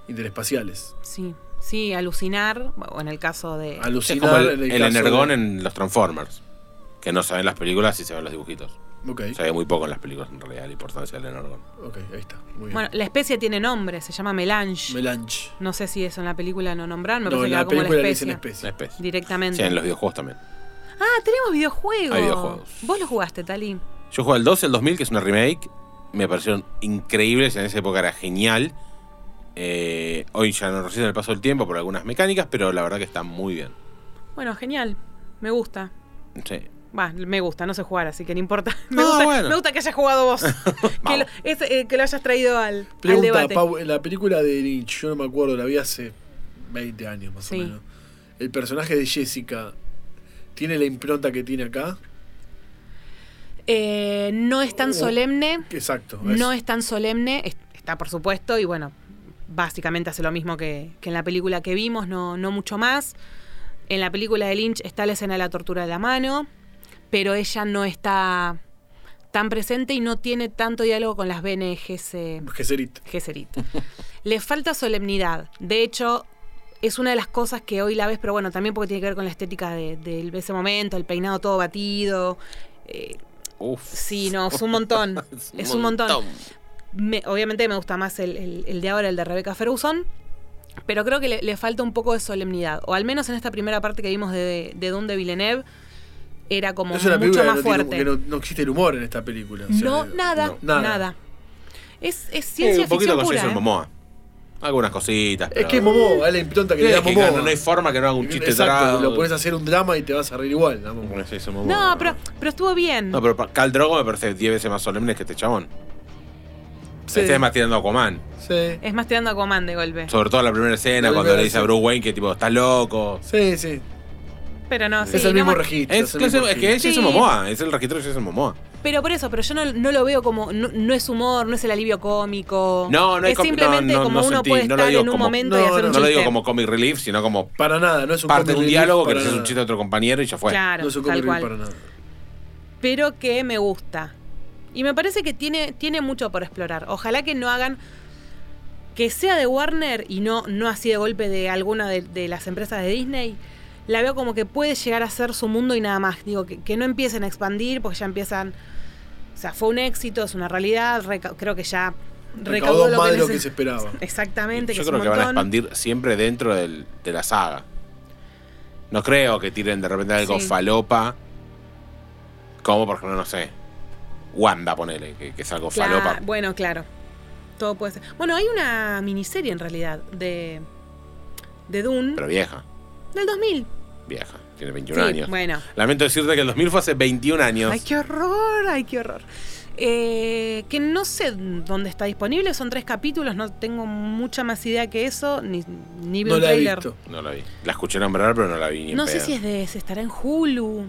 interespaciales.
Sí, sí, alucinar, o en el caso de
Es
Alucinar
como el,
en
el
caso
energón
de-
en los Transformers. Que no se ven las películas y se ven los dibujitos.
Ok,
Se ve muy poco en las películas, en realidad, la importancia del energón.
ok, ahí está. Muy bien.
Bueno, la especie tiene nombre, se llama melange.
Melange.
no sé si eso en la película no nombran, me
No,
parece que
en la
va como
película
la
le dicen
especie.
Una
especia.
especie.
Directamente.
Sí, en los videojuegos también.
Ah, tenemos videojuegos.
Hay videojuegos.
Vos lo jugaste, Tali.
Yo jugué el 12, el 2000, que es una remake. Me parecieron increíbles. En esa época era genial. Eh, hoy ya no recién el paso del tiempo por algunas mecánicas, pero la verdad que está muy bien.
Bueno, genial. Me gusta.
Sí.
Va, me gusta, no sé jugar, así que no importa. Me,
No,
gusta,
bueno.
me gusta que hayas jugado vos. que, lo,
Vamos.
es, eh, que lo hayas traído al, al
Pregunta,
debate.
Pau, en la película de Lynch, yo no me acuerdo, la vi hace 20 años más
Sí.
o menos. El personaje de Jessica tiene la impronta que tiene acá.
Eh, no es tan solemne.
Exacto.
No es tan solemne. es- Está, por supuesto, y bueno, básicamente hace lo mismo que, que en la película que vimos, no, no mucho más. En la película de Lynch está la escena de la tortura de la mano, pero ella no está tan presente y no tiene tanto diálogo con las BNGC.
Gesserit.
Gesserit. Le falta solemnidad. De hecho, es una de las cosas que hoy la ves, pero bueno, también porque tiene que ver con la estética de, de ese momento, el peinado todo batido. Eh,
Uf.
sí, no, es un montón. es un montón. Me- obviamente me gusta más el, el- el de ahora, el de Rebecca Ferguson. Pero creo que le, le falta un poco de solemnidad. O al menos en esta primera parte que vimos de, de Dune de Villeneuve, era como
Es una
mucho
película que
más
no, tiene-
fuerte.
que no, no existe el humor en esta película. o sea,
no, nada,
no,
nada,
nada.
Es, es
Sí,
ciencia
Eh, un poquito
ficción
con
pura.
Jason
¿eh?
Momoa. Algunas cositas.
Es
pero-
que es Momoa, es la impronta que
Sí,
le da
es que,
Momoa.
claro, no hay forma que no haga un chiste
Exacto,
tarado.
lo puedes hacer un drama y te vas a reír igual. ¿no?
Como es Jason Momoa.
No, pero, pero estuvo bien.
No, pero pa- Khal Drogo me parece 10 veces más solemne que este chabón.
Sí,
Este es más tirando a Aquaman.
sí,
Es más tirando a Aquaman de golpe.
Sobre todo la primera escena,
La
cuando
primera
le dice a
escena.
Bruce Wayne que tipo, está loco.
sí, sí.
Pero no, Ah, sí,
es el
no
mismo
me-
registro.
Es,
el mismo
es que es
Sí.
Jason Momoa, es el registro de Jason Momoa.
Pero por eso, pero yo no, no lo veo como. No, no es humor, no es el alivio cómico.
No, no es
es
com-
simplemente
no, no,
como
no
uno
sentí-
puede
no lo
estar
digo
en un
como-
momento y
no,
hacer un
no,
No lo digo
chiste.
como comic relief, sino como
Para nada, no es un
parte de
comic
un
relief
diálogo que
para
le haces un
nada.
chiste a otro compañero y ya fue.
Claro,
No es un
tal
comic relief
cual.
para nada.
Pero que me gusta. Y me parece que tiene, tiene mucho por explorar. Ojalá que no hagan. Que sea de Warner y no, no así de golpe de alguna de, de las empresas de Disney. La veo como que puede llegar a ser su mundo y nada más. Digo, que, que no empiecen a expandir, porque ya empiezan. O sea, fue un éxito, es una realidad. reca- creo que ya recaudó,
Recaudó
lo
más de
que,
lo que
neces-
se esperaba.
Exactamente, que
Yo
es
creo
un
que van a
montón.
expandir siempre dentro del- de la saga. No creo que tiren de repente algo
Sí.
falopa. Como por ejemplo, no sé. Wanda, ponele, que, que es algo
Cla-
falopa.
Bueno, claro. Todo puede ser. Bueno, hay una miniserie en realidad de, de Dune
Pero vieja,
del 2000.
vieja. Tiene 21
Sí,
años.
bueno.
Lamento decirte que el 2000 fue hace 21 años.
Ay, qué horror, ay, qué horror. Eh, que no sé dónde está disponible, son tres capítulos, no tengo mucha más idea que eso, ni, ni vi
No
un
la he
tráiler.
visto.
No la vi. La escuché nombrar, pero no la vi ni en
No sé
pedo.
si es de, se estará en Hulu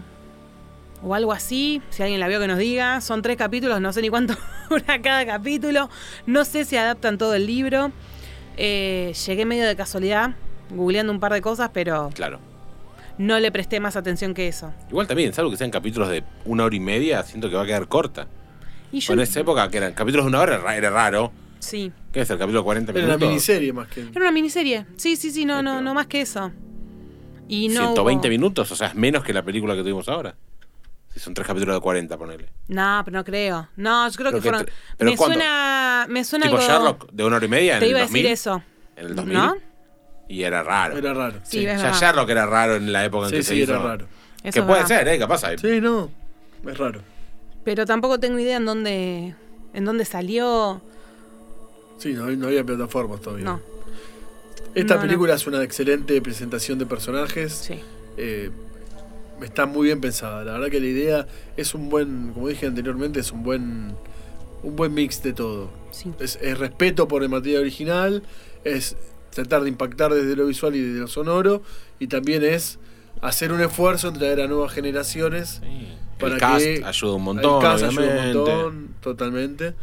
o algo así, si alguien la vio que nos diga. Son tres capítulos, no sé ni cuánto dura cada capítulo, no sé si adaptan todo el libro. Eh, llegué medio de casualidad, googleando un par de cosas, pero
Claro.
no le presté más atención que eso.
Igual también, salvo que sean capítulos de una hora y media, siento que va a quedar corta.
Y yo,
Bueno, en esa época, que eran capítulos de una hora, era- era raro.
sí,
¿Qué es el capítulo 40
Era
minutos?
una miniserie más que.
Era una miniserie. Sí, sí, sí, no,
Sí,
no,
pero-
no más que eso. Y no
120
hubo-
minutos, o sea, es menos que la película que tuvimos ahora. Si son tres capítulos de 40, ponele.
No, pero no creo. No, yo creo
Creo
que
que
fueron.
tre- ¿pero
me
cuánto?
suena. Me suena
Tipo
algo.
Sherlock, de una hora y media en
te
el
iba a
2000.
decir eso.
En el 2000.
¿No?
Y era raro.
Era raro.
Sí,
Sí,
es
ya
verdad.
Sherlock era raro en la época en
sí,
que
sí,
se
era
hizo.
raro.
Eso
que
es
puede
verdad.
ser, ¿eh? Capaz. hay-
Sí, no. Es raro.
Pero tampoco tengo idea en dónde. En dónde salió.
Sí, no, no había plataformas todavía.
No,
Esta
No, no.
película es una excelente presentación de personajes.
sí.
Eh, está muy bien pensada. La verdad que la idea es un buen, como dije anteriormente, es un buen, un buen mix de todo.
Sí.
Es, es respeto por el material original, es tratar de impactar desde lo visual y desde lo sonoro, y también es hacer un esfuerzo en traer a nuevas generaciones.
El
Para
cast
que-
ayuda un
El
montón,
cast ayuda
obviamente.
un montón, totalmente.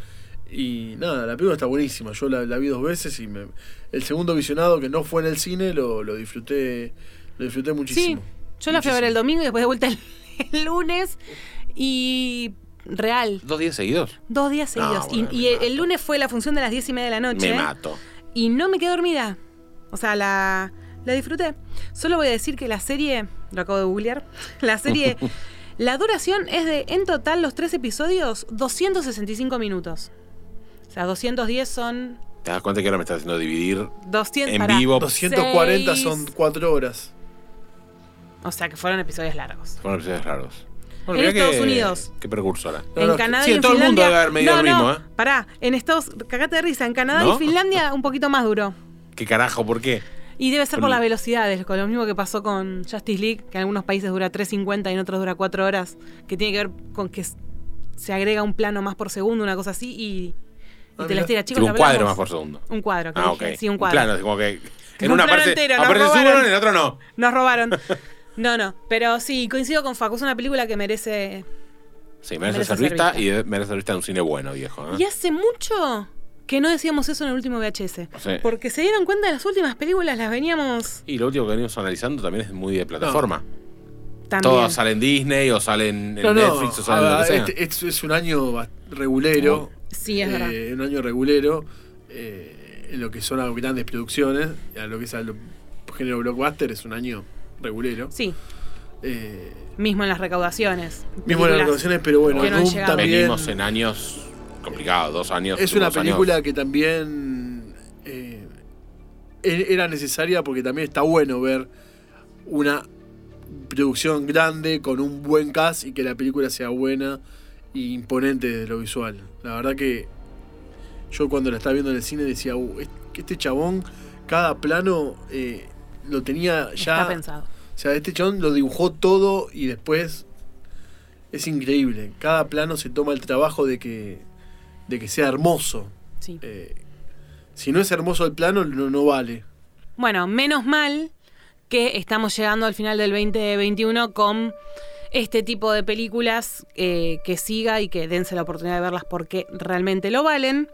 Y nada, la película está buenísima. Yo la, la vi dos veces y me- el segundo visionado que no fue en el cine lo, lo disfruté, lo disfruté muchísimo.
Sí. Yo la fui a ver el domingo y después de vuelta el, el lunes. Y. Real.
Dos días seguidos.
Dos días
No,
seguidos. Y-
bueno, me
y el, el
mato.
lunes fue la función de las diez y media de la noche.
Me mato.
y no me quedé dormida. O sea, la, la disfruté. Solo voy a decir que la serie, lo acabo de googlear, la serie, la duración es de, en total, los tres episodios, 265 minutos. O sea, 210 son...
¿Te das cuenta que ahora me estás haciendo dividir
200,
en
pará.
vivo?
240
Seis.
son 4 horas.
O sea, que fueron episodios largos.
Fueron episodios raros.
En
mirá
Estados
que-
Unidos.
Qué precursora.
No,
en
no,
Canadá
sí,
y
en
en
todo el mundo
Finlandia-
debe haber medido
no,
el
no,
mismo, ¿eh?
Pará, en Estados... Cagate de risa. En Canadá
¿No?
y Finlandia un poquito más duró.
¿Qué carajo? ¿Por qué?
Y debe ser por
Por-
las velocidades, con lo mismo que pasó con Justice League, que en algunos países dura 3.50 y en otros dura 4 horas, que tiene que ver con que s- se agrega un plano más por segundo, una cosa así, y, y
Ah,
te
mirá.
la estira, chicos.
Tipo, un
la
cuadro más
hablamos.
por segundo.
Un cuadro, que
Ah, ok.
dije, sí, un cuadro.
plano, es como que. En
Un
una
plano
parte.
entero, nos
aparece
robaron.
uno, en el otro no.
Nos robaron. No, no, pero sí, coincido con Facu, es una película que merece...
Sí, merece,
Merece
ser
ser
vista
vista.
y de- merece ser vista en un cine bueno, viejo. ¿eh?
Y hace mucho que no decíamos eso en el último VHS,
Sí.
porque se dieron cuenta de las últimas películas, las veníamos
Y lo último que venimos analizando también es muy de plataforma.
también.
Todos salen Disney o salen en
No, no,
Netflix o
a
salen lo que
ver,
sea.
este- este es un año bast- regulero.
Sí, es
eh,
verdad.
un año regulero eh, en lo que son a grandes producciones, a lo que es al género blockbuster, es un año regulero.
Sí,
Eh,
mismo en las recaudaciones.
mismo en las
Películas.
relaciones, pero bueno,
que no han
Doom
llegado.
también
Venimos en años complicados, dos años.
es una
dos años.
película que también eh, e- era necesaria porque también está bueno ver una producción grande con un buen cast y que la película sea buena e imponente desde lo visual. La verdad que yo cuando la estaba viendo en el cine decía, "Uh, es- que este chabón, cada plano eh, lo tenía ya...
Está pensado.
O sea, este chabón lo dibujó todo y después es increíble. Cada plano se toma el trabajo de que, de que sea hermoso.
Sí.
Eh, si no es hermoso el plano, no, no vale.
Bueno, menos mal que estamos llegando al final del 2021 con este tipo de películas eh, que siga y que dense la oportunidad de verlas porque realmente lo valen.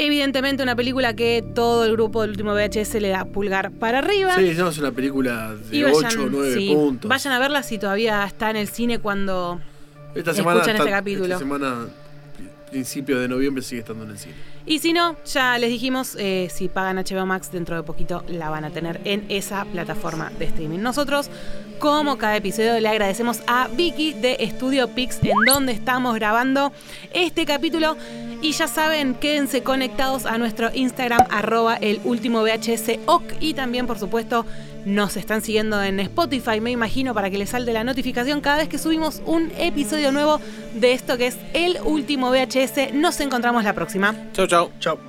Evidentemente una película que todo el grupo del último VHS le da pulgar para arriba.
Sí, no es una película
Y
de
vayan,
8 o 9
sí,
puntos.
vayan a verla si todavía está en el cine cuando
esta
escuchan este capítulo.
Esta semana, principio de noviembre, sigue estando en el cine.
Y si no, ya les dijimos, eh, si pagan HBO Max, dentro de poquito la van a tener en esa plataforma de streaming. Nosotros, como cada episodio, le agradecemos a Vicky de Estudio Pix, en donde estamos grabando este capítulo. Y ya saben, quédense conectados a nuestro Instagram, arroba el último VHS OC. Y también, por supuesto, nos están siguiendo en Spotify, me imagino, para que les salte la notificación cada vez que subimos un episodio nuevo de esto que es el último VHS. Nos encontramos la próxima.
Chau, chau.
Chao.